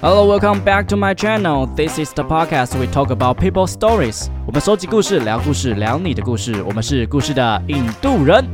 Hello, welcome back to my channel. This is the podcast we talk about people stories. 我们收集故事，聊故事，聊你的故事。我们是故事的印度人。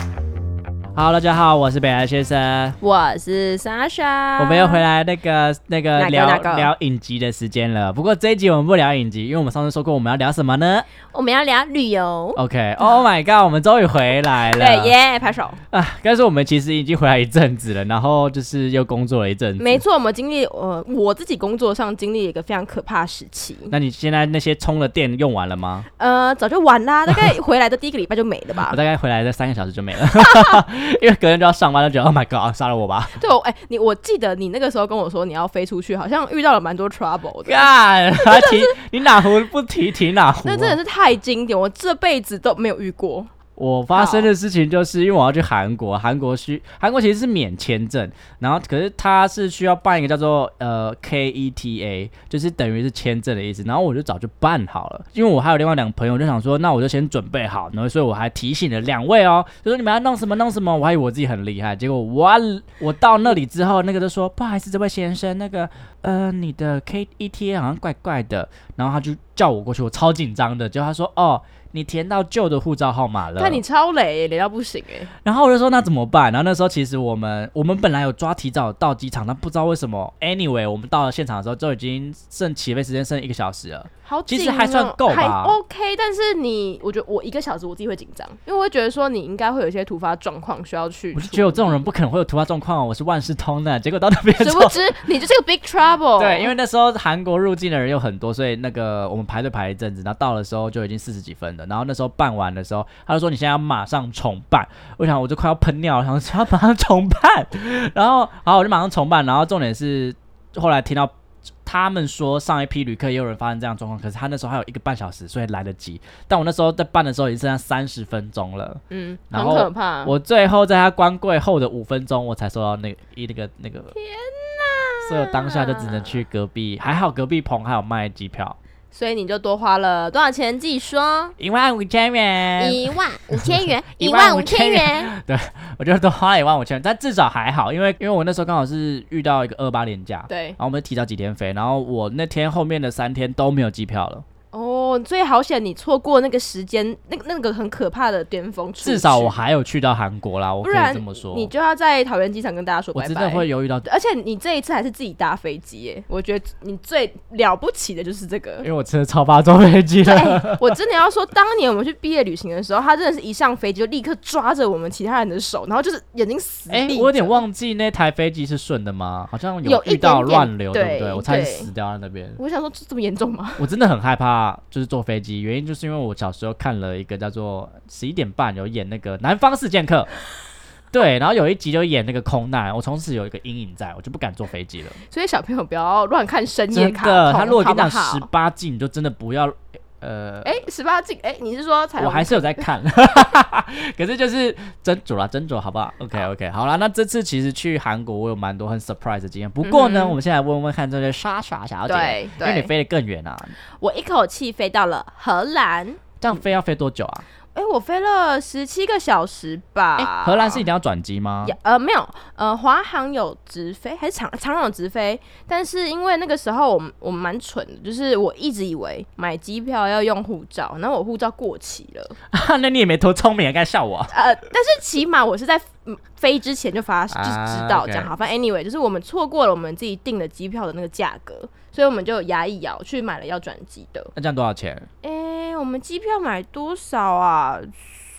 Hello，大家好，我是北来先生。我是 Sasha，我们又回来那个那哪个个聊哪个聊影集的时间了。不过这一集我们不聊影集，因为我们上次说过我们要聊什么呢我们要聊旅游。 ？OK，Oh、my God，我们终于回来了。对耶，拍手。啊，该说我们其实已经回来一阵子了，然后就是又工作了一阵子。没错，我们经历呃，我自己工作上经历了一个非常可怕的时期，那你现在那些充了电用完了吗？呃，早就 完啦，大概回来的第一个礼拜就没了我吧。大概回来的三个小时就没了， 因为隔天就要上班，就觉得 Oh my God，杀了我吧对，我哎、你我记得你那个时候跟我说你要飞出去，好像遇到了蛮多 trouble 的。 ！God，他提你哪壶不提提哪壶、啊那真的是太经典，我这辈子都没有遇过。我发生的事情就是因为我要去韩国，韩国需韩国其实是免签证，然后可是它是需要办一个叫做呃 KETA，就是等于是签证的意思。然后我就早就办好了，因为我还有另外两个朋友，我就想说那我就先准备好，然后所以我还提醒了两位哦，就说你们要弄什么弄什么，我还以为我自己很厉害，结果我我到那里之后，那个就说不好意思，这位先生，那个呃你的 KETA 好像怪怪的，然后他就叫我过去，我超紧张的，结果他说哦。你填到旧的护照号码了，但你超累，累到不行哎、然后我就说那怎么办？然后那时候其实我们我们本来有抓提早到机场，但不知道为什么，anyway，我们到了现场的时候就已经剩起飞时间剩一个小时了。好其紧哦，实还算够吧还 OK。但是你，我觉得我一个小时我自己会紧张，因为我会觉得说你应该会有一些突发状况需要去处理。我就觉得我这种人不可能会有突发状况哦，我是万事通的。结果到那边之殊后不，知你就是个 big trouble。对，因为那时候韩国入境的人有很多，所以那个我们排队排了一阵子，然后到的时候就已经四十几分了。然后那时候办完的时候，他就说你现在要马上重办，我想我就快要喷尿了，然后说要马上重办，然后好我就马上重办，然后重点是后来听到。他们说上一批旅客也有人发生这样的状况，可是他那时候还有一个半小时，所以来得及。但我那时候在办的时候已经剩下三十分钟了，嗯，然很后可怕。我最后在他关柜后的五分钟，我才收到那个一那个那个。天哪！所以我当下就只能去隔壁，还好隔壁棚还有卖机票，所以你就多花了多少钱？自己说，一万五千元，一万五千 ，元一一万万五五千千元 元。我就多花了一万五千元，但至少还好，因为因为我那时候刚好是遇到一个二八连假，对然，后我们提早几天飞，然后我那天后面的三天都没有机票了，哦，所以好险你错过那个时间，那那个很可怕的巅峰出去。至少我还有去到韩国啦，我不可以然这么说，你就要在桃园机场跟大家说我拜真拜的。会犹豫到，而且你这一次还是自己搭飞机耶，我觉得你最了不起的就是这个因。为我真的超怕坐飞机 了。对，我真的要说，当年我们去毕业旅行的时候，他真的是一上飞机就立刻抓着我们其他人的手，然后就是眼睛死哎、闭着。我有点忘记那台飞机是顺的吗？好像有一遇到点点乱流，不对对？我差点对死掉在那边。我想说，这这么严重吗？我真的很害怕，就是坐飞机，原因就是因为我小时候看了一个叫做《十一点半》，有演那个《南方四剑 客》，对，然后有一集就演那个空难，我从此有一个阴影在，我就不敢坐飞机了。所以小朋友不要乱看深夜真卡的，通他如果跟好你不讲好十八禁，你就真的不要，呃，哎十八禁哎，你是说彩我虹还是有在看， 可是就是斟酌啦，斟酌好不好？OK OK，好啦，那这次其实去韩国我有蛮多很 surprise 的经验。不过呢，嗯哼我们现在来问问看这位莎莎小姐，对因为你对，飞得更远啊，我一口气飞到了荷兰。这样飞要飞多久啊？哎，我飞了十七个小时吧。哎、荷兰是一定要转机吗？啊呀呃没有呃，华航有直飞还是长长荣有直飞，但是因为那个时候我们我们蛮蠢的，就是我一直以为买机票要用护照，然后我护照过期了， 那你也没多聪明啊，该笑我。呃，但是起码我是在嗯飞之前就发就是知啊道，OK 这样好，反正 anyway 就是我们错过了我们自己订的机票的那个价格，所以我们就牙一咬去买了要转机的，那这样多少钱？诶，我们机票买多少啊？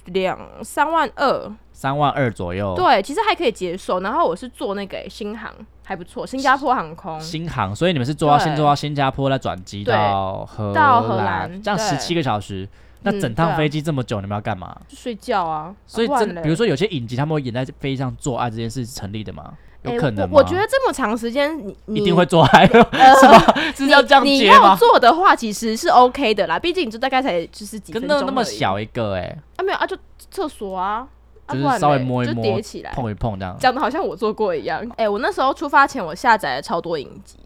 两三万二，三万二左右。，对，啊其实还可以接受。然后我是坐那个、诶新航，还不错，新加坡航空。新航，所以你们是坐到对先坐到新加坡，再转机对到荷到荷兰这样十对七个小时。那嗯整趟对啊飞机这么久，你们要干嘛？就睡觉啊。所以啊不然真，嘞比如说有些影集，他们会演在飞机上做爱这件事是成立的吗？有哎可能吗？我我觉得这么长时间，你你一定会做爱，是吗？ 是你要这样你接要吗？做的话，其实是 OK 的啦，毕竟你就大概才就是几分跟钟那那么而已小一个哎、啊，没有啊，就厕所啊，啊就是不然嘞稍微摸一摸就叠起来，碰一碰这样。讲的好像我做过一样。哎、我那时候出发前，我下载了超多影集，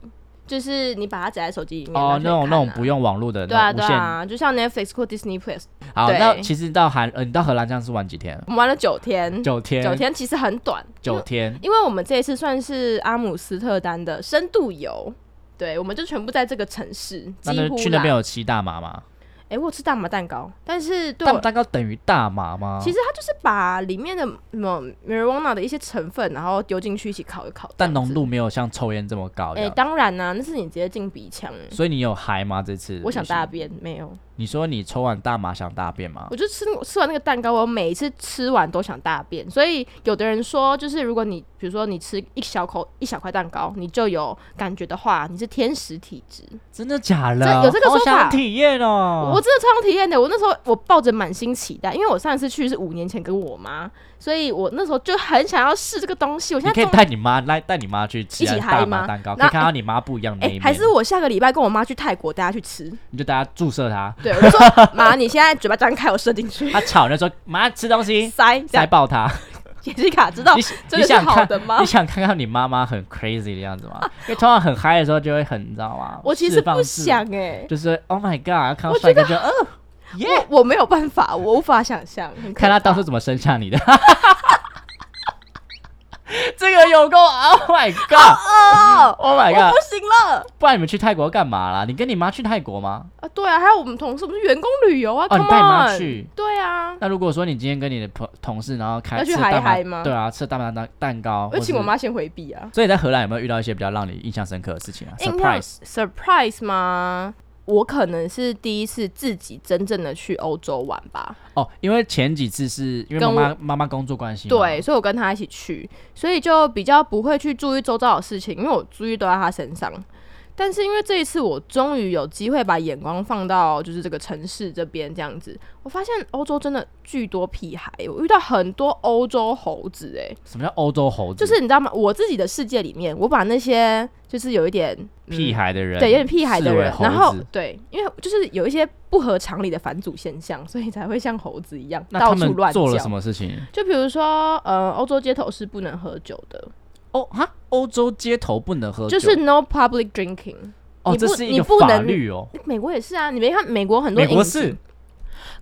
就是你把它载在手机里面哦，那种那种不用。用网络的对啊，那种对无线。啊，就像 Netflix 或 Disney Plus，好，对那其实到韩呃，你到荷兰这样是玩几天？啊我们玩了九天，九天，嗯九，天嗯其实很短，因九为天。因为我们这一次算是阿姆斯特丹的深度游，对，我们就全部在这个城市，那几那乎去那边啦。有吃大麻吗？哎、我有吃大麻蛋糕，但是对大麻我蛋糕等于大麻吗？其实它就是把里面的什么 marijuana 的一些成分，然后丢进去一起烤一烤。但浓这样子度没有像抽烟这么高哎、这样当然啦、那是你直接进鼻腔。所以你有嗨吗？这次我想旅行大。便，没有，你说你抽完大麻想大便吗？我就吃那个吃完那个蛋糕，我每一次吃完都想大便。所以有的人说，就是如果你比如说你吃一小口一小块蛋糕，你就有感觉的话，你是天使体质。真的假的？这有这个好说法想体验哦。我真的超有体验的。我那时候我抱着满心期待，因为我上一次去是五年前跟我妈，所以我那时候就很想要试这个东西。我你现可在以终带你妈来带你妈去吃一起嗨大吗麻蛋糕，可那以看到你妈不一样的哎、那一面。还是我下个礼拜跟我妈去泰国，大家去吃。你就大家注射她，对，我就说妈，你现在嘴巴张开，我射进 去，她吵就说妈吃东西，塞哎 这塞样。爆她。杰西卡知道你这你个是想好看的吗你？想看看你妈妈很 crazy 的样子吗？因为通常很嗨的时候就会很，你知道吗？我其实释放不自想哎、就是 Oh my God，看到我帅哥就哦耶，我我没有办法，我无法想象。很可看他怕到时候怎么生下你的。 这个有够 Oh my God，Oh 哦， my 我 God！不行了不然你们去泰国干嘛啦？你跟你妈去泰国吗？啊！对啊，还有我们同事，我们是员工旅游啊哦，你 come 带你妈 on 去哦对啊，那如果说你今天跟你的朋同事，然后开要去吃大嗨麻嗨吗对啊，吃大麻蛋蛋糕。我或请是我。妈先回避啊。所以你在荷兰有没有遇到一些比较让你印象深刻的事情啊印象？Surprise！ surprise 吗？我可能是第一次自己真正的去欧洲玩吧，哦，因为前几次是因为跟妈我妈妈妈工作关系嘛，对，所以我跟他一起去，所以就比较不会去注意周遭的事情，因为我注意都在他身上。但是因为这一次，我终于有机会把眼光放到就是这个城市这边这样子，我发现欧洲真的巨多屁孩，我遇到很多欧洲猴子、欸，什么叫欧洲猴子？就是你知道吗？我自己的世界里面，我把那些就是有一点、嗯屁孩的人，对，有点屁孩的视为人，猴然后子对，因为就是有一些不合常理的反祖现象，所以才会像猴子一样那到他处们乱做了叫什么事情？就比如说，呃，欧洲街头是不能喝酒的，哦哈，欧洲街头不能喝酒，就是 no public drinking。哦，你这不是你一个不法能律哦，美国也是啊，你没看美国很多美影集国是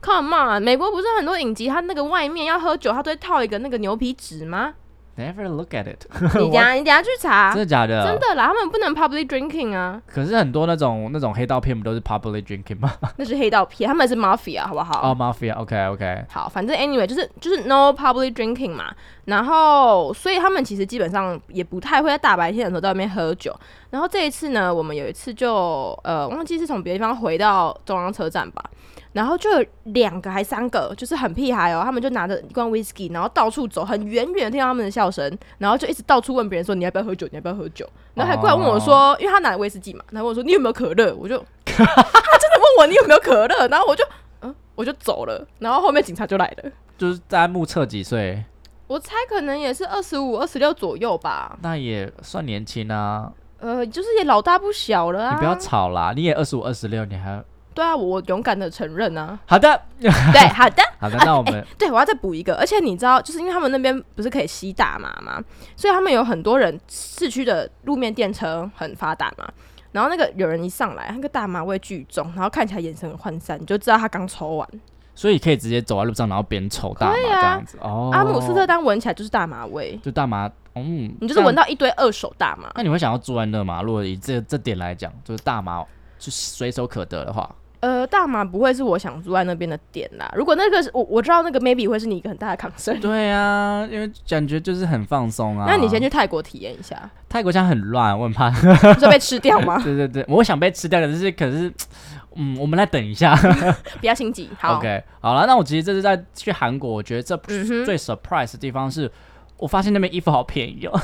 Come on，美国不是很多影集，它那个外面要喝酒，它都会套一个那个牛皮 纸吗？ Never look at it，你等下你等下去查真，的假的？啊啊真。的啦，他们不能 public drinking 啊，可是很多那种那种黑道片不都是 public drinking 吗？那是黑道片，他们是 mafia 好不好？哦，mafia，OK OK，好，反正 anyway 就是就是 no public drinking 嘛，然后所以他们其实基本上也不太会在大白天的时候在外面喝酒。然后这一次呢，我们有一次就呃忘记是从别的地方回到中央车站吧，然后就有两个还三个就是很屁孩哦，他们就拿着一罐 whisky，然后到处走，很远远的听到他们的笑声，然后就一直到处问别人说你要不要喝酒，你要不要喝酒，然后还过来问我说，因为他拿了威士忌嘛，然后我说你有没有可乐，我就 他真的问我你有没有可乐，然后我就。嗯，我就走了，然后后面警察就来了。就是大家目测几岁，我猜可能也是二十五、二十六左右吧，那也算年轻啊。呃，就是也老大不小了啊。你不要吵啦，你也二十五、二十六，你还。对啊，我我勇敢的承认啊 好的， 对，好的，好的，那我 们对我要再补一个，而且你知道，就是因为他们那边不是可以吸大麻嘛，所以他们有很多人市区的路面电车很发达嘛。然后那个有人一上来，那个大麻味巨重，然后看起来眼神很涣散，你就知道他刚抽完。所以可以直接走在路上，然后边抽大麻可以这啊样子。哦，阿姆斯特丹闻起来就是大麻味，就大麻，嗯，你就是闻到。到一堆二手大麻。那你会想要住在那吗？如果以这这点来讲，就是大麻就随手可得的话，呃，大麻不会是我想住在那边的点啦。如果那个是我我知道那个 maybe 会是你一个很大的 concern，、对啊，因为感觉就是很放松啊。那你先去泰国体验一下，泰国现在很乱，我很 怕。你说被吃 掉吗？对对对，我想被吃掉，可是可是，嗯，我们来等一下。不要心急，好 OK，好了，那我其实这次在去韩国，我觉得这嗯哼最 surprise 的地方是，我发现那边衣服好便宜哦。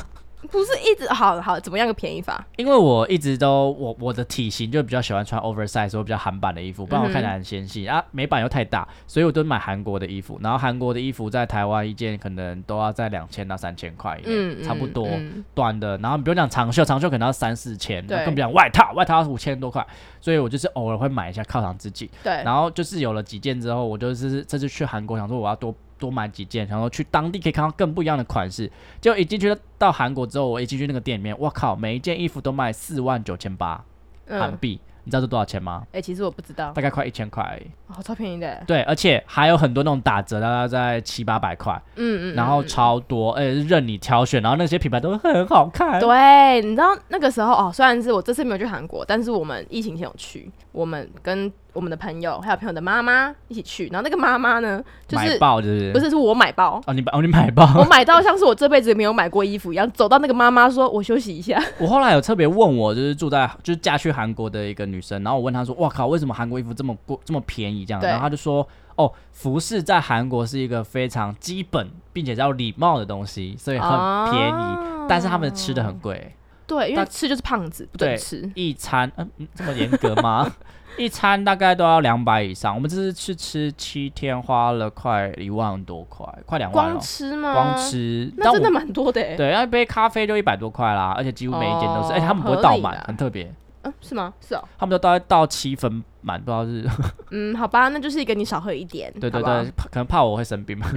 不是一直好好怎么样个便宜法？因为我一直都我我的体型就比较喜欢穿嗯 oversize 或比较韩版的衣服，不然我看起来很纤细、啊，美版又太大，所以我都买韩国的衣服。然后韩国的衣服在台湾一件可能都要在两千到三千块一件，嗯，差不多、嗯短的。然后你不用讲长袖，长袖可能要三四千，对那更不讲外套，外套要五千多块。所以我就是偶尔会买一下犒赏自己。对，然后就是有了几件之后，我就是这次去韩国，想说我要多多买几件，然后去当地可以看到更不一样的款式。结果一进去到韩国之后，我一进去那个店里面，我靠，每一件衣服都卖四万九千八韩嗯，币，你知道这多少钱吗？哎、其实我不知道，大概快一千块而已。哦，超便宜的，对，而且还有很多那种打折的，大概在七八百块，嗯嗯，然后嗯超多，而且是任你挑选，然后那些品牌都很好看。对，你知道那个时候哦，虽然是我这次没有去韩国，但是我们疫情前有去，我们跟我们的朋友还有朋友的妈妈一起去，然后那个妈妈呢，就买是爆是不是？不是是我买包。哦，你哦你买爆。 我买到像是我这辈子没有买过衣服一样，走到那个妈妈说：“我休息一下。我后来有特别问我，就是住在就是嫁去韩国的一个女生，然后我问她说：“哇靠，为什么韩国衣服这么贵这么便宜？”这样，对然后她就说：“哦，服饰在韩国是一个非常基本并且叫礼貌的东西，所以很便宜，哦但是他们吃的很贵，”对，因为但吃就是胖子，不对准吃。一餐嗯嗯这么严格吗？ 一餐大概都要两百以上。我们这次去吃七天花了快一万多块，快两万了、光吃吗？光，吃，那真的但我蛮多的欸。对，要一杯咖啡就一百多块啦，而且几乎每一间都是，哦而且他们不合会倒理满啦，很特别。嗯，是吗？是哦。他们都大概到七分满，不知道是 嗯，好吧，那就是一个你少喝一点。对对好不好对，怕可能怕我会生病吧。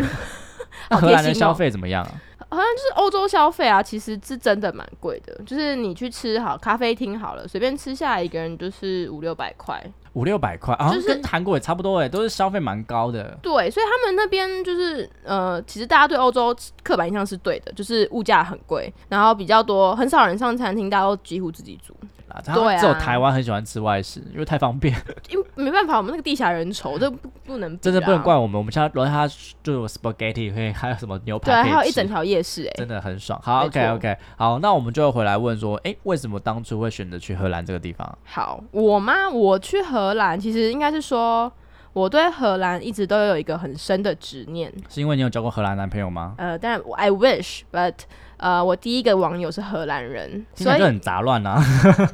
那 好荷贴兰的心消哦费怎么样啊？就是欧洲消费啊，其实是真的蛮贵的。就是你去吃好咖啡厅好了，随便吃下来一个人就是五六百块。五六百块，啊，就是跟韩国也差不多哎，都是消费蛮高的。对，所以他们那边就是呃，其实大家对欧洲刻板印象是对的，就是物价很贵，然后比较多，很少人上餐厅，大家都几乎自己煮。啊，他对啊只有台湾很喜欢吃外食，因为太方 便，因为没办法，我们那个地下人稠，这不不能比真的啦不能怪我们。我们现在楼下就有 spaghetti，可以还有什么牛对，啊排可以吃，还有一整条夜市哎、真的很爽。好没错，OK OK，好，那我们就回来问说，哎，为什么当初会选择去荷兰这个地方？好，我吗？我去荷兰，其实应该是说我对荷兰一直都有一个很深的执念。是因为你有交过荷兰男朋友吗？呃，但我 I wish，but 呃，我第一个网友是荷兰人，听起来所就以很杂乱啊。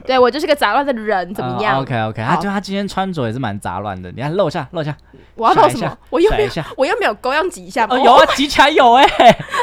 对我就是个杂乱的人，怎么样？ o k OK，他好就他今天穿着也是蛮杂乱的，你看露一下露一下，我要弄甩什一下么？我又甩没一有，下。我又没有勾，要挤一下吗？哦，有啊，集起来 有哎、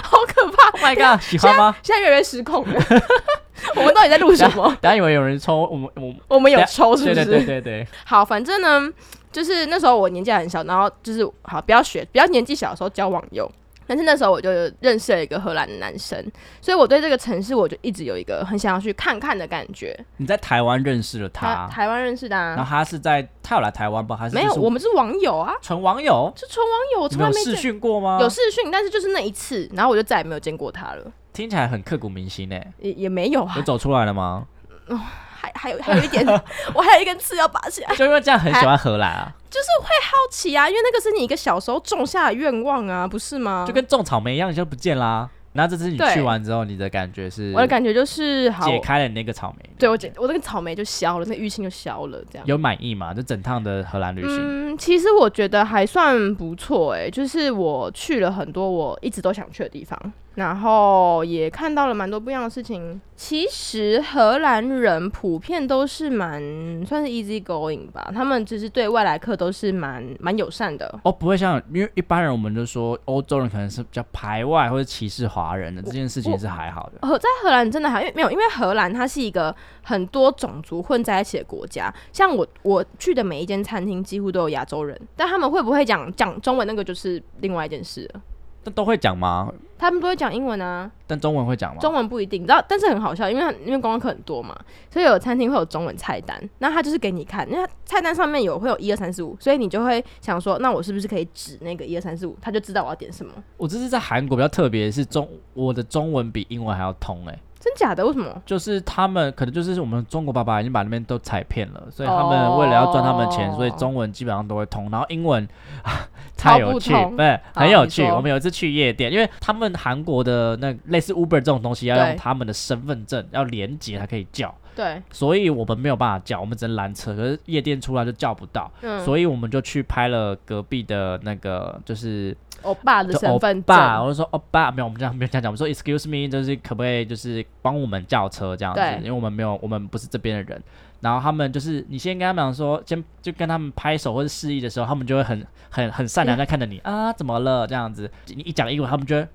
好可怕 Oh my god，喜啊欢吗？现在越来越失控了。 我们到底在录什么？大家以为有人抽我们，我们我们有等下抽是不对是？对对对对，好，反正呢，就是那时候我年纪还很小，然后就是好不要学，不要年纪小的时候交网友。但是那时候我就认识了一个荷兰的男生，所以我对这个城市我就一直有一个很想要去看看的感觉。你在台湾认识了他他，台湾认识的、然后啊，他是在他有来台湾吧？还是没有，就是我们是网友啊，纯网友？是纯网友，我你从们来有没试见训过吗？有视讯，但是就是那一次，然后我就再也没有见过他了，听起来很刻骨铭心诶、也也没有啊有，走出来了 吗？还还有还有一点， 我还有一根刺要拔起来，就因为这样很喜欢荷兰啊，就是会好奇啊，因为那个是你一个小时候种下的愿望啊，不是吗？就跟种草莓一样，就不见啦。那这次你对去完之后，你的感觉是我的感觉就是好，解开了你那个草莓，对我姐，我那个草莓就消了，那淤青就消了，这样。有满意吗？就整趟的荷兰旅行，嗯，其实我觉得还算不错诶、就是我去了很多我一直都想去的地方，然后也看到了蛮多不一样的事情。其实荷兰人普遍都是蛮算是 easy going 吧，他们其实对外来客都是蛮蛮友善的。哦，不会像，因为一般人我们就说欧洲人可能是比较排外或者歧视华人的，这件事情是还好的。荷在荷兰真的还因为没有，因为荷兰它是一个很多种族混在一起的国家。像我我去的每一间餐厅几乎都有亚洲人，但他们会不会讲讲中文那个就是另外一件事了。但都会讲吗？他们都会讲英文啊，但中文会讲吗？中文不一定，你知道？但是很好笑，因为因为观光客很多嘛，所以有餐厅会有中文菜单，那他就是给你看，那菜单上面有会有一二三四五，所以你就会想说，那我是不是可以指那个一二三四五，他就知道我要点什么？我这次在韩国比较特别，是中我的中文比英文还要通哎、真假的？为什么？就是他们可能就是我们中国爸爸已经把那边都踩遍了，所以他们为了要赚他们的钱，哦所以中文基本上都会通，然后英文 超太不有趣，通不是好很有你趣。说我们有一次去夜店，因为他们韩国的那类似 Uber 这种东西，要对用他们的身份证要连接才可以叫。对，所以我们没有办法叫，我们只能拦车。可是夜店出来就叫不到，嗯，所以我们就去拍了隔壁的那个，就是欧巴的就身份欧巴，证，我就说欧巴，没有，我们这样没有这样讲，我们说 excuse me，就是可不可以就是帮我们叫车这样子对，因为我们没有，我们不是这边的人。然后他们就是，你先跟他们讲说，先就跟他们拍手或者示意的时候，他们就会很很很善嗯良在看着你、啊，怎么了这样子。你一讲英文，他们就会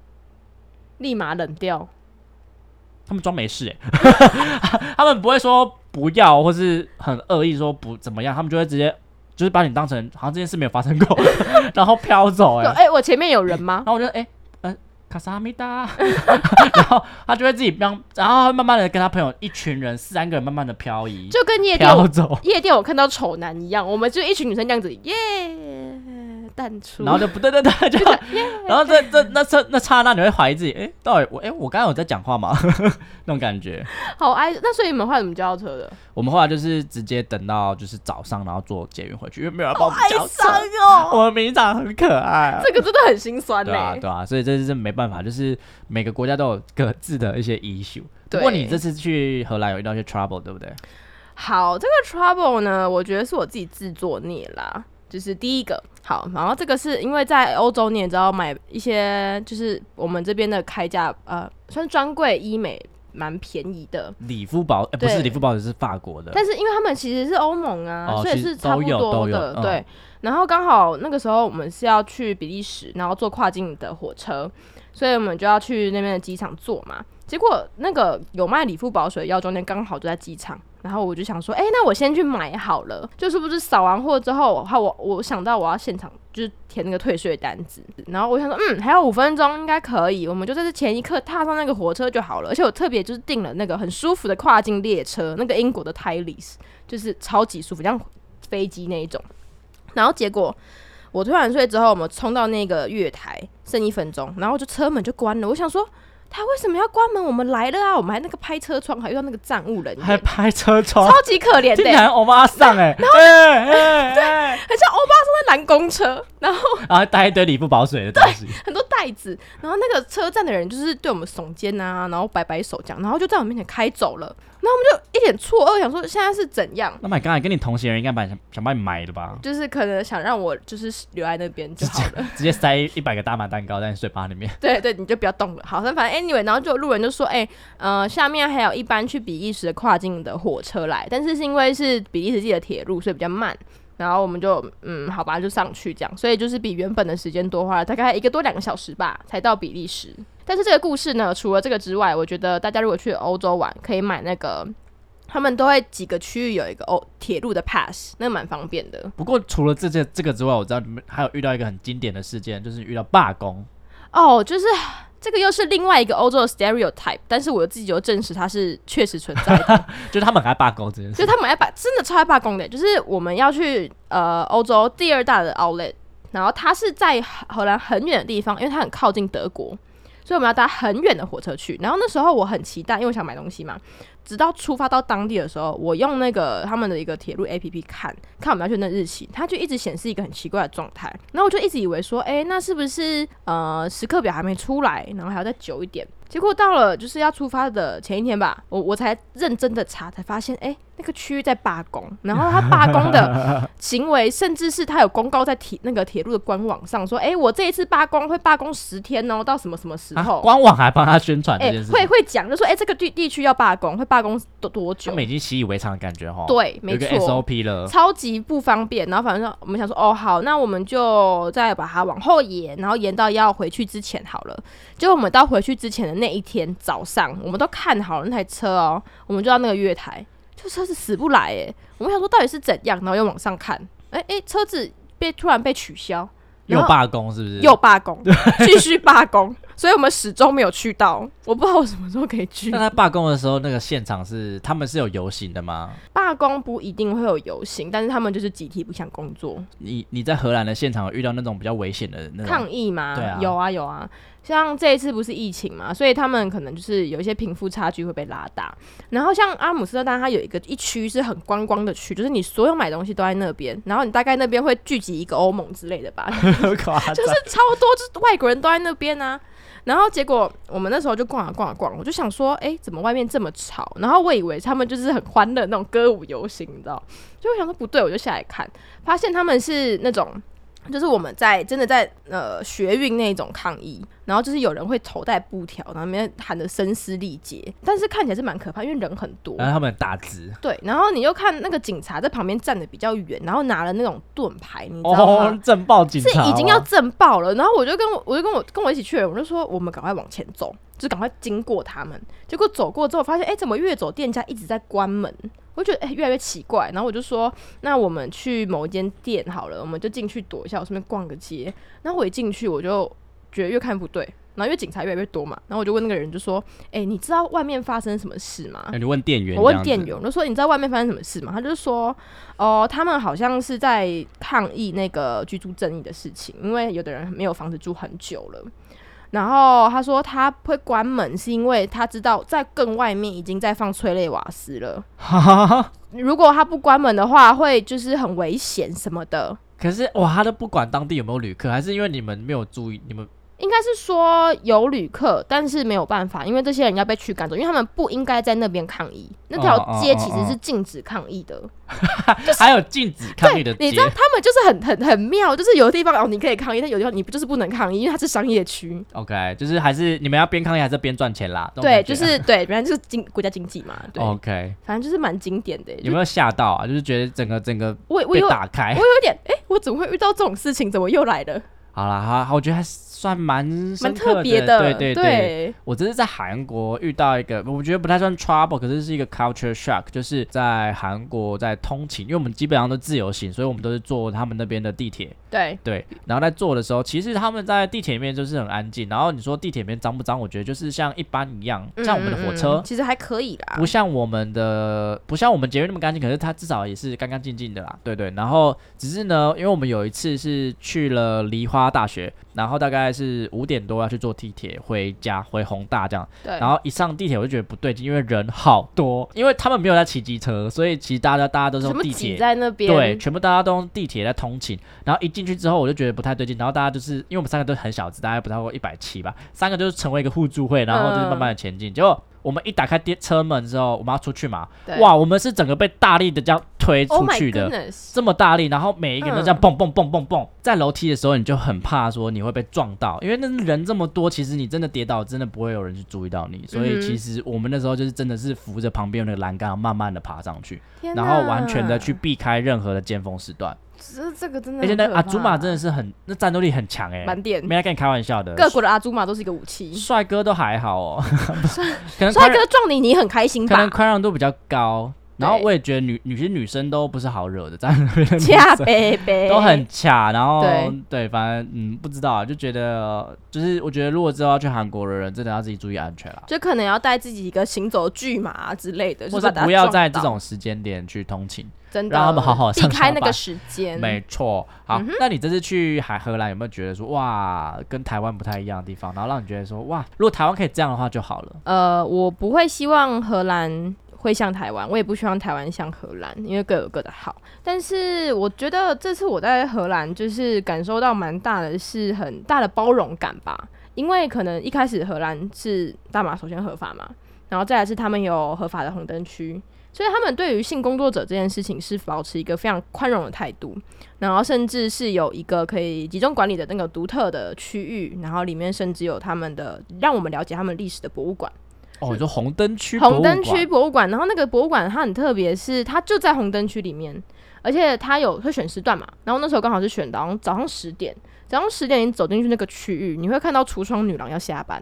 立马冷掉。他们装没事、欸， 他们不会说不要，或是很恶意说不怎么样，他们就会直接就是把你当 成好像这件事没有发生过，然后飘走、欸，说哎，哎、我前面有人吗然？后我就哎，嗯、卡萨米达， 然后他就会自己让，然后他慢慢的跟他朋友一群人四三个人慢慢的漂移，就跟夜店飘走，夜店我看到丑男一样，我们就一群女生这样子耶淡出，然后就不对对对，就然后这这那这那刹那你会怀疑自己，哎，到底我哎我刚刚有在讲话吗？ 那种感觉。好哀。那所以你们后来怎么叫到车的？我们后来就是直接等到就是早上，然后坐捷运回去，因为没有人帮我们哀叫车。 伤哦，我们民长很可爱、啊。这个真的很心酸对啊，呢。对啊，所以这是没办法，就是每个国家都有各自的一些 issue。不过对你这次去荷兰有遇到一些 trouble，对不对？好，这个 trouble 呢，我觉得是我自己自作孽啦。就是第一个好，然后这个是因为在欧洲，你也知道买一些就是我们这边的开价，呃，算专柜医美蛮便宜的，理肤宝，哎，不是对理肤宝，是法国的。但是因为他们其实是欧盟啊，哦所以其实是差不都有多都有的，嗯对。然后刚好那个时候我们是要去比利时，然后坐跨境的火车，所以我们就要去那边的机场坐嘛。结果那个有卖理肤宝水的药妆店刚好就在机场，然后我就想说，哎、那我先去买好了。就是不是扫完货之后，还我我想到我要现场就是填那个退税单子，然后我想说，嗯，还有五分钟应该可以，我们就在这前一刻踏上那个火车就好了。而且我特别就是订了那个很舒服的跨境列车，那个英国的 t i l i s 就是超级舒服，像飞机那一种。然后结果我推完睡之后，我们冲到那个月台，剩一分钟，然后就车门就关了。我想说，他为什么要关门？我们来了啊，我们还那个拍车窗，还遇到那个站务人还员，拍车窗，超级可怜的、欸竟然欧巴上 哎、哎哎哎，很像欧巴桑在拦公车，然后然后带一堆理肤宝水的东西，很多袋子，然后那个车站的人就是对我们耸肩啊，然后摆摆手这样，然后就在我面前开走了。然后我们就一脸错愕，想说现在是怎样？那 Oh my god，跟你同行的人应该把想想把你埋了吧？就是可能想让我就是留在那边就好了。直接塞一百个大麻蛋糕在你嘴巴里面，对对，你就不要动了。好，那反正 anyway，然后就有路人就说，哎、呃，下面还有一班去比利时的跨境的火车来，但是是因为是比利时自己的铁路，所以比较慢。然后我们就嗯，好吧，就上去这样，所以就是比原本的时间多花了大概一个多两个小时吧，才到比利时。但是这个故事呢，除了这个之外，我觉得大家如果去欧洲玩，可以买那个，他们都会几个区域有一个欧铁路的 pass，那个蛮方便的。不过除了这件这个之外，我知道你们还有遇到一个很经典的事件，就是遇到罢工。哦，就是这个又是另外一个欧洲的 stereotype，但是我自己就证实它是确实存在的，就是他们还罢工这件就事是。他们要把真的超爱罢工的，就是我们要去呃欧洲第二大的 outlet，然后它是在荷兰很远的地方，因为它很靠近德国。所以我们要搭很远的火车去，然后那时候我很期待，因为我想买东西嘛。直到出发到当地的时候，我用那个他们的一个铁路 APP 看看我们要去那日期，它就一直显示一个很奇怪的状态。然后我就一直以为说，诶，那是不是呃时刻表还没出来，然后还要再久一点？结果到了就是要出发的前一天吧，我我才认真的查，才发现诶，那个区域在罢工，然后他罢工的行为，甚至是他有公告在铁那个铁路的官网上说，诶，我这一次罢工会罢工十天哦，到什么什么时啊候？，官网还帮他宣传这哎、件事情，会会讲，就说哎、这个地地区要罢工，会罢工多多久他？们已经习以为常的感觉哈。，对，有没一个错， SOP 了。超级不方便。然后反正说我们想说，哦好，那我们就再把它往后延，然后延到要回去之前好了。结果我们到回去之前的那一天早上，我们都看好了那台车哦，我们就到那个月台，就车子死不来哎。我们想说到底是怎样，然后又往上看，哎、哎、车子被突然被取消，然又后罢工是不是？又罢工，继续罢工，所以我们始终没有去到。我不知道我什么时候可以 去那。他罢工的时候，那个现场是他们是有游行的吗？罢工不一定会有游行，但是他们就是集体不想工作，你你在荷兰的现场有遇到那种比较危险的那种抗议嘛。对啊有啊有啊。像这一次不是疫情嘛，所以他们可能就是有一些贫富差距会被拉大。然后像阿姆斯特丹，它有一个一区是很观光的区，就是你所有买东西都在那边，然后你大概那边会聚集一个欧盟之类的吧， 夸张，就是超多，就是外国人都在那边啊。然后结果我们那时候就逛啊逛啊逛，我就想说，哎，怎么外面这么吵？然后我以为他们就是很欢乐那种歌舞游行，你知道？所以我想说不哎对，我就下来看，发现他们是那种。就是我们在真的在呃学运那种抗议，然后就是有人会头戴布条，然后里面喊的声嘶力竭，但是看起来是蛮可怕，因为人很多。然后他们打直。对，然后你又看那个警察在旁边站的比较远，然后拿了那种盾牌，你知道吗？哦，正报警察是哦已经要震爆了。然后我就跟我我就跟我跟我一起去的人，我就说我们赶快往前走，就赶快经过他们。结果走过之后，发现哎、诶怎么越走店家一直在关门？我就觉得哎、诶越来越奇怪。然后我就说，那我们去某一间店好了，我们就进去躲一下，我顺便逛个街。然后我一进去，我就觉得越看不对，然后因为警察越来越多嘛，然后我就问那个人，就说：“哎、你知道外面发生什么事吗？”哎那你问店员，我问店，员，我就说你知道外面发生什么事吗？他就说，哦，他们好像是在抗议那个居住正义的事情，因为有的人没有房子住很久了。然后他说他会关门，是因为他知道在更外面已经在放催泪瓦斯了。如果他不关门的话，会就是很危险什么的。可是哇，他都不管当地有没有旅客，还是因为你们没有注意，你们应该是说有旅客，但是没有办法，因为这些人要被驱赶走，因为他们不应该在那边抗议。那哦哦条哦街其哦实是禁止抗议的。 还有禁止抗议的你街知，道他们就是很很很妙，就是有的地方哦你可以抗议，但有的地方你不就是不能抗议，因为它是商业区。 OK，就是还是你们要边抗议还是边赚钱啦？这种对，感觉啊就。是对，反正就是经国家经济嘛，对， OK，反正就是蛮经典的。有就没有吓到啊？就是觉得整个整个我我被有我打开。有点哎、我怎么会遇到这种事情？怎么又来了？好啦，好好，我觉得还算蛮蛮深刻特别对对对我这是在韩国遇到一个，我觉得不太算 trouble，可是是一个 culture shock，就是在韩国在通勤，因为我们基本上都自由行，所以我们都是坐他们那边的地铁，对对。然后在坐的时候，其实他们在地铁里面就是很安静。然后你说地铁里面脏不脏？我觉得就是像一般一样，像我们的火嗯车，嗯嗯其实还可以啦不。像我们的，不像我们节约那么干净，可是它至少也是干干净净的啦，对对。然后只是呢，因为我们有一次是去了梨花大学，然后大概是五点多要去坐地铁回家，回宏大这样。对，然后一上地铁我就觉得不对劲，因为人好多，因为他们没有在骑机车，所以其实大家大家都是什用么地挤铁。在那边，对，全部大家都用地铁在通勤，然后一进去之后我就觉得不太对劲，然后大家就是因为我们三个都很小只，大概不超过一百七吧，三个就是成为一个互助会，然后就是慢慢的前进。结果我们一打开电车门之后，我们要出去嘛，对哇，我们是整个被大力的这样推，Oh 出 my 去的。 goodness，嗯这么大力，然后每一个人都这样蹦蹦蹦蹦蹦，在楼梯的时候你就很怕说你会被撞到，因为那人这么多，其实你真的跌倒，真的不会有人去注意到你。所嗯以其实我们那时候就是真的是扶着旁边的栏杆，慢慢的爬上去，天然哪后完全的去，避开任何的尖峰时段。这这个真的而很可怕，且那阿祖玛真的是很，那战斗力很强哎、满点，没来跟你开玩笑的。各国的阿祖玛都是一个武器。帅哥都还好哦， 可能帅宽哥撞你，你很开心可能吧？宽容度比较高。然后对我也觉得女女其实女生都不是好惹的，在那边的女恰生贝贝都很卡，然后对反正嗯不知道啊，就觉得就是我觉得如果之后要去韩国的人，真的要自己注意安全啦，就可能要带自己一个行走巨马之类的，或是是把它不要撞在这到种时间点去通勤。真的让他们好好避上下开那个班时间。没错，好，嗯那你这次去海荷兰有没有觉得说哇，跟台湾不太一样的地方，然后让你觉得说哇，如果台湾可以这样的话就好了。呃，我不会希望荷兰会像台湾，我也不希望台湾像荷兰，因为各有各的好。但是我觉得这次我在荷兰就是感受到蛮大的，是很大的包容感吧。因为可能一开始荷兰是大麻首先合法嘛，然后再来是他们有合法的红灯区，所以他们对于性工作者这件事情是保持一个非常宽容的态度，然后甚至是有一个可以集中管理的那个独特的区域，然后里面甚至有他们的让我们了解他们历史的博物馆。哦，你说红灯区博红物灯馆，区博物馆，然后那个博物馆它很特别，是它就在红灯区里面，而且它有会选时段嘛，然后那时候刚好是选到早上十点，早上十点你走进去那个区域，你会看到橱窗女郎要下班，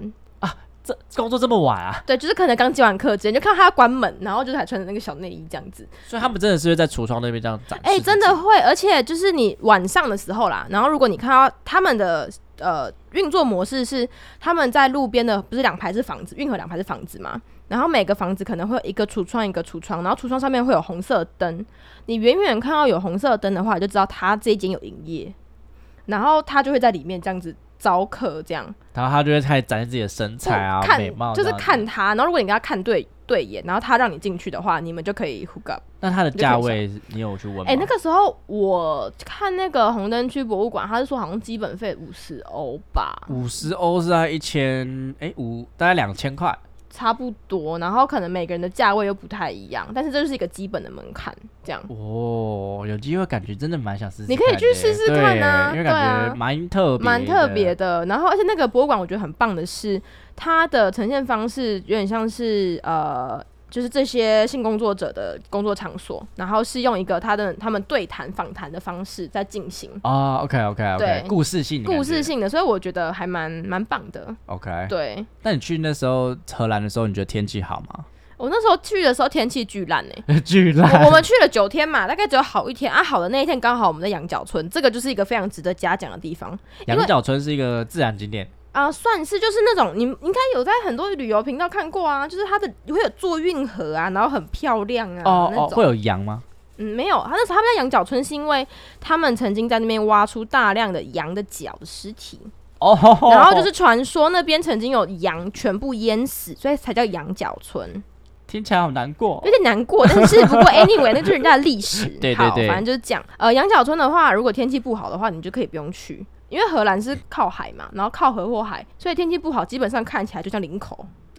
这工作这么晚啊，对，就是可能刚接完课，直接就看到她要关门，然后就是还穿着那个小内衣这样子，所以他们真的是会在橱窗那边这样展示。哎、真的，会，而且就是你晚上的时候啦，然后如果你看到他们的呃运作模式是他们在路边的，不是两排是房子，运河两排是房子嘛，然后每个房子可能会有一个橱窗一个橱窗，然后橱窗上面会有红色灯，你远远看到有红色灯的话，你就知道他这一间有营业，然后他就会在里面这样子招客这样。然后他就会开始展示自己的身材啊、看美貌，就是看。他，然后如果你跟他看对对眼，然后他让你进去的话，你们就可以 hook up。那它的价位你有去问吗？哎、那个时候我看那个红灯区博物馆，他是说好像基本费五十欧吧，五十欧是在一千，哎五大概两千块。差不多。然后可能每个人的价位又不太一样，但是这就是一个基本的门槛，这样。哦，有机会感觉真的蛮想试试看你的可耶。以去试试看啊对因为对啊感觉蛮特别，蛮特别。的，然后而且那个博物馆我觉得很棒的是，它的呈现方式有点像是呃，就是这些性工作者的工作场所，然后是用一个他的他们对谈访谈的方式在进行，哦，OK OK OK，对故事性的感觉，故事性的，所以我觉得还蛮蛮棒的。 OK。对那你去那时候荷兰的时候，你觉得天气好 吗？我那时候去的时候天气巨烂欸呢、巨 我烂我们去了九天嘛，大概只有好一天啊。好的那一天刚好我们在羊角村，这个就是一个非常值得嘉奖的地方。因为羊角村是一个自然景点，啊、算是就是那种你们应该有在很多旅游频道看过啊，就是它的会有做运河啊，然后很漂亮啊，哦那哦，种。会有羊吗？嗯，没有，他那时候他们在羊角村是因为他们曾经在那边挖出大量的羊的脚的尸体，哦，然后就是传说那边曾经有羊全部淹死，所以才叫羊角村， 听起来好难过有。点难过。但是 不过 anyway，那就是人家的历史。对对好对反正就是讲，呃，羊角村的话，如果天气不好的话，你就可以不用去。因为荷兰是靠海嘛，然后靠河或海，所以天气不好，基本上看起来就像林口，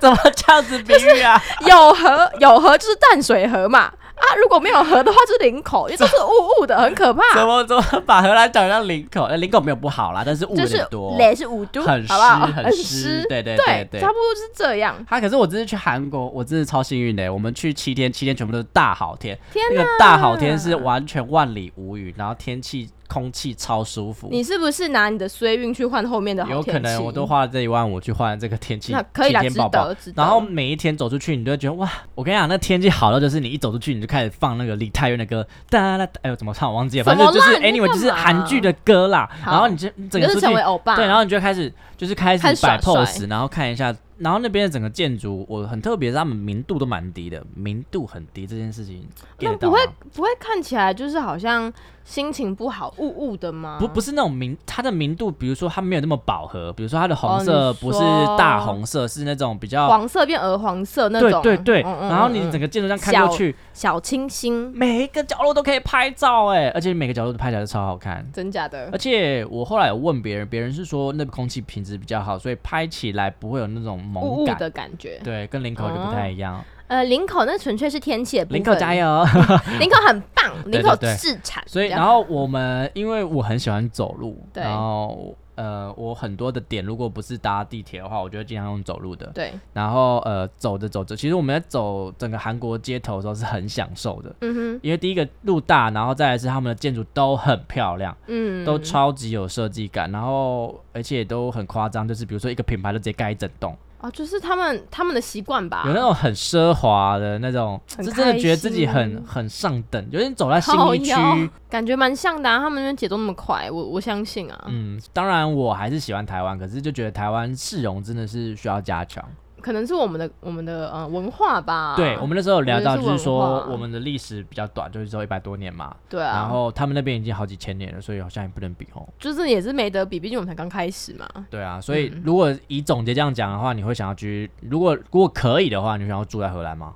怎么这样子比喻 啊？有河有河就是淡水河嘛，啊，如果没有河的话就是林口，因为都是雾雾的，很可怕。怎么怎么把荷兰讲像林口？呃林口没有不好啦，但是雾就有是点多，雷是五度，很湿好不好？很湿，对对对对差。不多是这样。他、啊可是我这次去韩国，我真的超幸运的。我们去七天，七天全部都是大好天，天那哪，个大好天是完全万里无云，然后天气空气超舒服。你是不是拿你的衰运去换后面的好有天可气？能我都花了这一万五去换这个天气，那可以啦，晴值天宝宝得，值得。然后每一天走出去，你都会觉得哇！我跟你讲，那天气好到就是你一走出去，你就开始放那个李泰源的歌，哒啦，哎呦怎么唱我忘记了，什反么啦正就是你在 anyway 干嘛就是韩剧的歌啦。好然后你就整你个出就去是成为欧巴，对，然后你就开始就是开始开始耍摆帅 pose，然后看一下，然后那边的整个建筑，我很特别，是他们明度都蛮低的，明度很低这件事情 get 得那到啊不吗会不会看起来就是好像心情不好雾雾的吗？不不是那种明，它的明度，比如说它没有那么饱和，比如说它的哦红你色不是说大红色，是那种比较。黄色变鹅黄色那对种，啊对对，嗯嗯然后嗯你整嗯个建筑上看过小去，小清新，每一个角落都可以拍照哎，而且每个角落都拍起来都超好看。真假的而且我后来有问别人，别人是说那空气品质比较好，所以拍起来不会有那种雾猛雾感。的感觉。对，跟林口就不太一样。呃，林口那纯粹是天气的部分，林口加油！ 林口很 棒，对林口对自产。 所以，这样然后我们因为我很喜欢走路，对然后呃，我很多的点如果不是搭地铁的话，我就会经常用走路的。对，然后呃，走着走着，其实我们在走整个韩国街头的时候是很享受的，嗯哼，因为第一个路大，然后再来是他们的建筑都很漂亮。嗯，都超级有设计感，然后而且都很夸张，就是比如说一个品牌都直接盖一整栋，哦，就是他们他们的习惯吧，有那种很奢华的那种，啊很就真的开觉得自己心很很上等，有点走在新 好一区。哟哦感觉蛮像的、啊，他们那边节奏那么快，我我相信啊，嗯，当然我还是喜欢台湾，可是就觉得台湾市容真的是需要加强。可能是我们的我们的呃文化吧，对我们那时候有聊觉到，得是就是文说化我们的历史比较短，就是说一百多年嘛，对啊，然后他们那边已经好几千年了，所以好像也不能比哦。就是也是没得比，毕竟我们才刚开始嘛，对啊，所以嗯如果以总结这样讲的话，你会想要去，如果如果可以的话，你想要住在荷兰吗？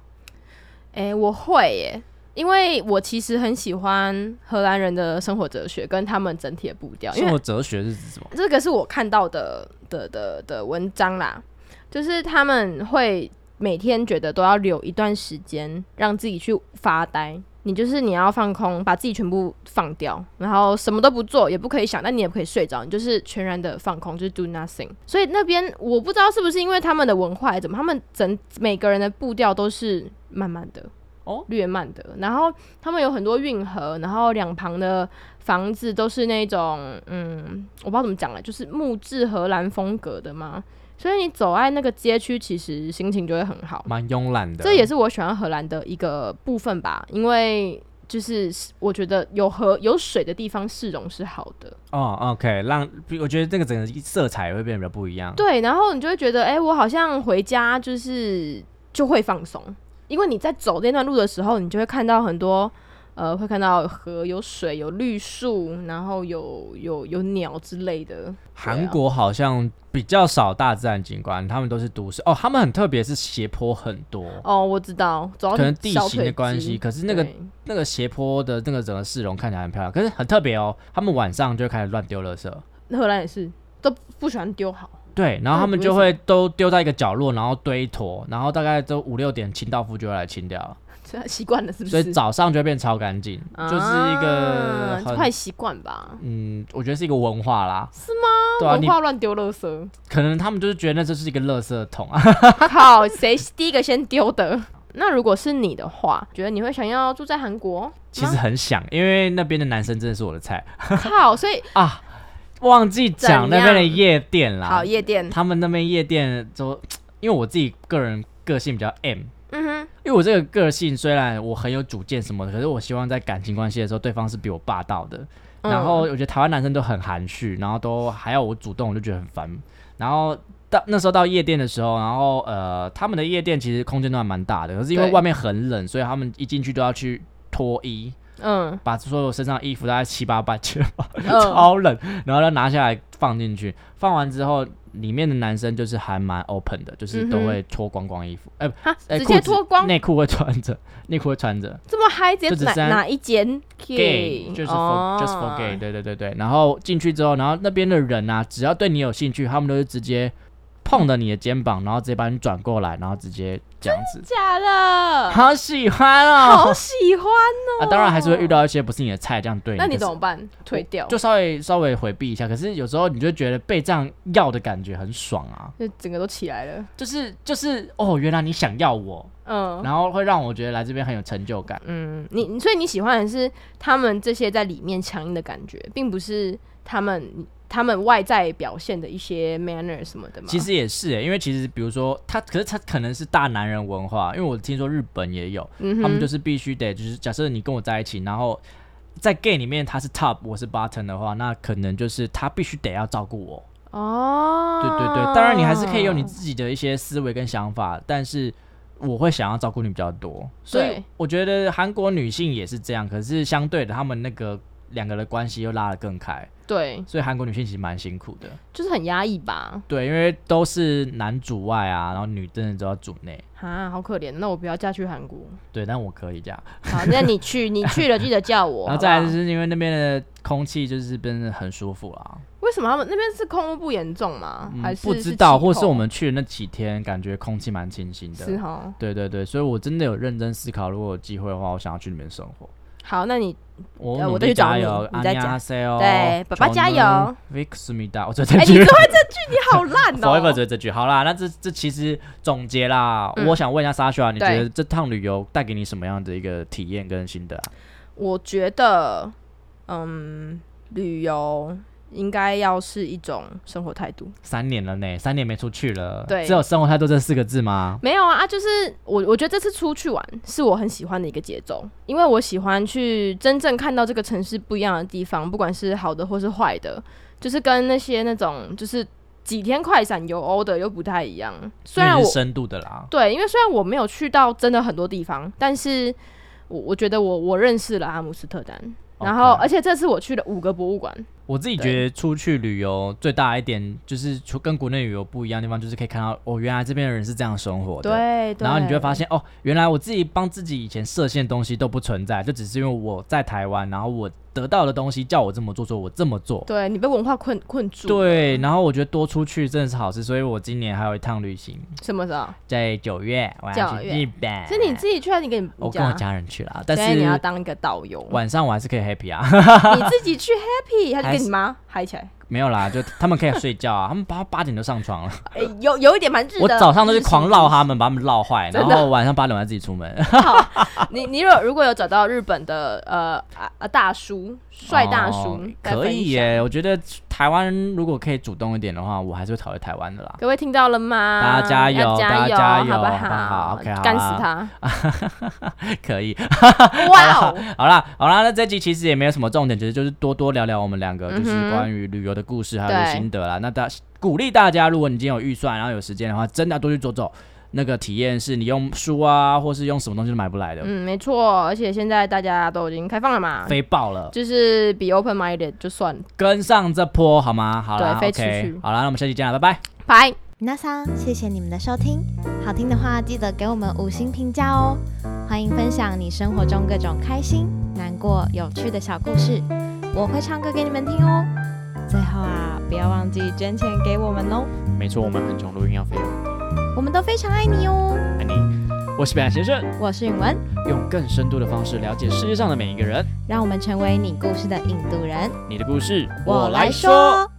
哎、我会耶。因为我其实很喜欢荷兰人的生活哲学跟他们整体的步呃调，因生为活哲学是指什么？这个是我看到的的的的文章啦，就是他们会每天觉得都要留一段时间让自己去发呆，你就是你要放空，把自己全部放掉，然后什么都不做，也不可以想，但你也不可以睡着，你就是全然的放空，就是 do nothing。所以那边我不知道是不是因为他们的文化还是怎么，他们整每个人的步调都是慢慢的。哦略慢的，然后他们有很多运河，然后两旁的房子都是那种，嗯，我不知道怎么讲了，就是木质荷兰风格的嘛，所以你走在那个街区，其实心情就会很好。蛮慵懒的。这也是我喜欢荷兰的一个部分吧，因为就是我觉得有河有水的地方市容是好的，哦，OK，让我觉得这个整个色彩会变得比较不一样。对，啊然后你就会觉得，哎、我好像回家就是就会放松，因为你在走那段路的时候，你就会看到很多。呃，会看到河有水，有绿树，然后有有有鸟之类的。韩国好像比较少大自然景观，他们都是都市。哦，他们很特别，是斜坡很多，哦，我知道，走到可能地小形腿的关肌系。可是那个对那个斜坡的那个整个市容看起来很漂亮，可是很特别哦。他们晚上就会开始乱丢垃圾，荷兰也是都不喜欢丢好， 对，然后他们那就哦不会会都丢在一个角落，然后堆一坨，然后大概都五六点清道夫就会来清掉，习惯了是不所是？以早上就会变超干净，就是一个啊很坏习惯吧。嗯，我觉得是一个文化啦，是吗？对啊，文你化乱丢垃圾，可能他们就是觉得那就是一个垃圾桶啊。靠，谁是第一个先丢的？ 那如果是你的话，觉得你会想要住在 韩国？ 其实很想，因为那边的男生真的是我的菜靠，所以啊。忘记讲怎那样边的夜店 啦好，夜店，他们那边夜店都，因为我自己个人个性比较 M，嗯哼，因为我这个个性虽然我很有主见什么的，可是我希望在感情关系的时候，对方是比我霸道的。嗯然后我觉得台湾男生都很含蓄，然后都还要我主动，我就觉得很烦。然后到那时候到夜店的时候，然后呃，他们的夜店其实空间都还蛮大的，可是因为对外面很冷，所以他们一进去都要去脱衣， 嗯把所有身上的衣服大概七八百件吧，嗯，超冷，然后要拿下来放进去。放完之后，里面的男生就是还蛮 open 的，就是都嗯哼会脱光光衣服，哎、哈，哎，直裤接子脱光，内裤会穿着，内裤会穿着。这么嗨，直就接只哪是哪一间哦 gay 就是 for、just for gay，对对对对。然后进去之后，然后那边的人啊，只要对你有兴趣，他们都是直接碰着你的肩膀，然后直接把你转过来，然后直接这样子。假的，好喜欢好哦！喜欢哦。啊，当然还是会遇，到一些不是你的菜这样对你。那你可是怎么办？退掉，就稍微稍微回避一下，可是有时候你就觉得被这样要的感觉很爽啊，就整个都起来了，就是就是哦，原来你想要我，嗯。然后会让我觉得来这边很有成就感。嗯，你你所以你喜欢的是他们这些在里面强硬的感觉，并不是他们他们外在表现的一些 manner 什么的吗？其实也是欸耶，因为其实比如说他，可是他可能是大男人文化，因为我听说日本也有，嗯哼，他们就是必须得，就是假设你跟我在一起，然后在 gay 里面他是 top，我是 bottom 的话，那可能就是他必须得要照顾我。哦，对对对，当然你还是可以用你自己的一些思维跟想法，但是我会想要照顾你比较多，所以对我觉得韩国女性也是这样，可是相对的，他们那个两个的关系又拉得更开，对，所以韩国女性其实蛮辛苦的。就是很压抑吧，对，因为都是男主外啊，然后女真的都要主内。啊，好可怜，那我不要嫁去韩 国。对，但我可以这样。好，那你去，你去了记得叫我。然后再来好不就好是因为那边的空气就是真的很舒服啦，为什么他们那边是空屋不严重吗？还嗯，是不知道，气候或是我们去的那几天感觉空气蛮清新是的。哈？对对对，所以我真的有认真思考，如果有机会的话，我想要去那边生活。好，那你我呃努哦我再力去找加你油，你再讲加对爸爸加油 Vic s m i d a 我最哎、这你句最会这句，你好烂哦、 forever 这这句好啦，那这这其实总结啦，嗯我想问一下 Sasha，你觉对得这趟旅游带给你什么样的一个体验跟心得啊？我觉得，嗯，旅游应该要是一种生活态度。三年了呢，三年没出去了，对只有生活态度这四个字吗？没有啊，啊就是我，我觉得这次出去玩是我很喜欢的一个节奏，因为我喜欢去真正看到这个城市不一样的地方，不管是好的或是坏的，就是跟那些那种就是几天快闪游欧的又不太一样。虽然因为我是深度的啦，对，因为虽然我没有去到真的很多地方，但是我我觉得我我认识了阿姆斯特丹，然后 OK 而且这次我去了五个博物馆，我自己对觉得出去旅游最大一点就是，除跟国内旅游不一样的地方，就是可以看到哦，原来这边的人是这样生活的。对，对然后你就会发现哦，原来我自己帮自己以前设限的东西都不存在，就只是因为我在台湾，然后我得到的东西叫我这么做，所以我这么做。对你被文化困困住，，对，然后我觉得多出去真的是好事，所以我今年还有一趟旅行，什么时候？在九月我要九去月日本。是你自己去还是你跟你我你跟我家？家人去啦，但所以你要是当一个导游，晚上我还是可以 happy 啊， 你自己去 happy 还是还跟你妈嗨起来？没有啦，就他们可以睡觉啊，他们八八点就上床了。哎，有有一点蛮日的。我早上都是日式狂绕他们，把他们绕坏，真然的后晚上八点我才自己出门。好，你你如果如果有找到日本的呃啊啊大叔， 帅大叔哦，再可分以享。耶！我觉得台湾如果可以主动一点的话，我还是会讨厌台湾的啦。 各位听到了吗？大家加油要加大家加油好不好不好？OK，好啊干死 他！可以，哇哦，好啦，好啦，那这集其实也没有什么重点，其实就是多多聊聊我们两个，就嗯是哼关于旅游的故事还有一些对心得啦。那大鼓励大家，如果你今天有预算，然后有时间的话，真的要多去走走。那个体验是你用书啊，或是用什么东西都买不来的，嗯，没错，而且现在大家都已经开放了嘛，飞爆了，就是比 open minded 就算了，跟上这波好吗？好啦对飞出，OK，去好啦，那我们下期见了，拜拜。拜。皆さん，谢谢你们的收听。好听的话，记得给我们五星评价哦。欢迎分享你生活中各种开心、难过、有趣的小故事，我会唱歌给你们听哦。最后啊，不要忘记捐钱给我们哦，没错，我们很穷，录音要费用。我们都非常爱你哦。爱你，我是北岸先生，我是允文，用更深度的方式了解世界上的每一个人。让我们成为你故事的引渡人。你的故事，我来说。